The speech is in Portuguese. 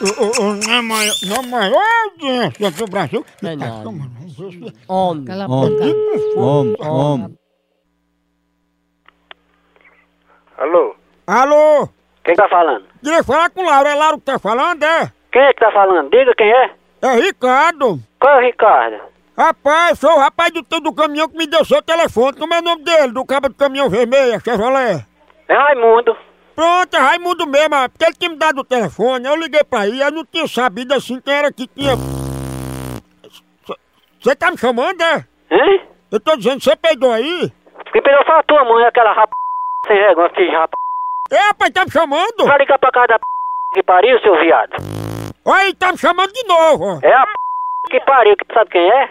o- o- na, maior, na maior audiência do Brasil. Tá, Melhor. Homem. Homem. Cala a boca. Homem, homem, homem. Alô? Alô? Quem tá falando? Queria falar com o Lauro. É Lauro que tá falando, é? Quem é que tá falando? Diga quem é? É Ricardo. Qual é o Ricardo? Rapaz, sou o rapaz do, do caminhão que me deu seu telefone. Como é o nome dele? Do cabo do caminhão vermelho, Chevrolet. É Raimundo. Pronto, é Raimundo mesmo. é Porque ele tinha me dado o telefone. Eu liguei pra ele. Eu não tinha sabido assim quem era que tinha... Você tá me chamando, é? Hein? Eu tô dizendo, você peidou aí? Quem pegou foi a tua mãe, aquela rap... Sem vergonha, filho de rap... É, rapaz, tá me chamando? Vai ligar pra casa da p... que pariu, seu viado. Olha aí, tá me chamando de novo. ó. É a p... que pariu, que tu sabe quem é?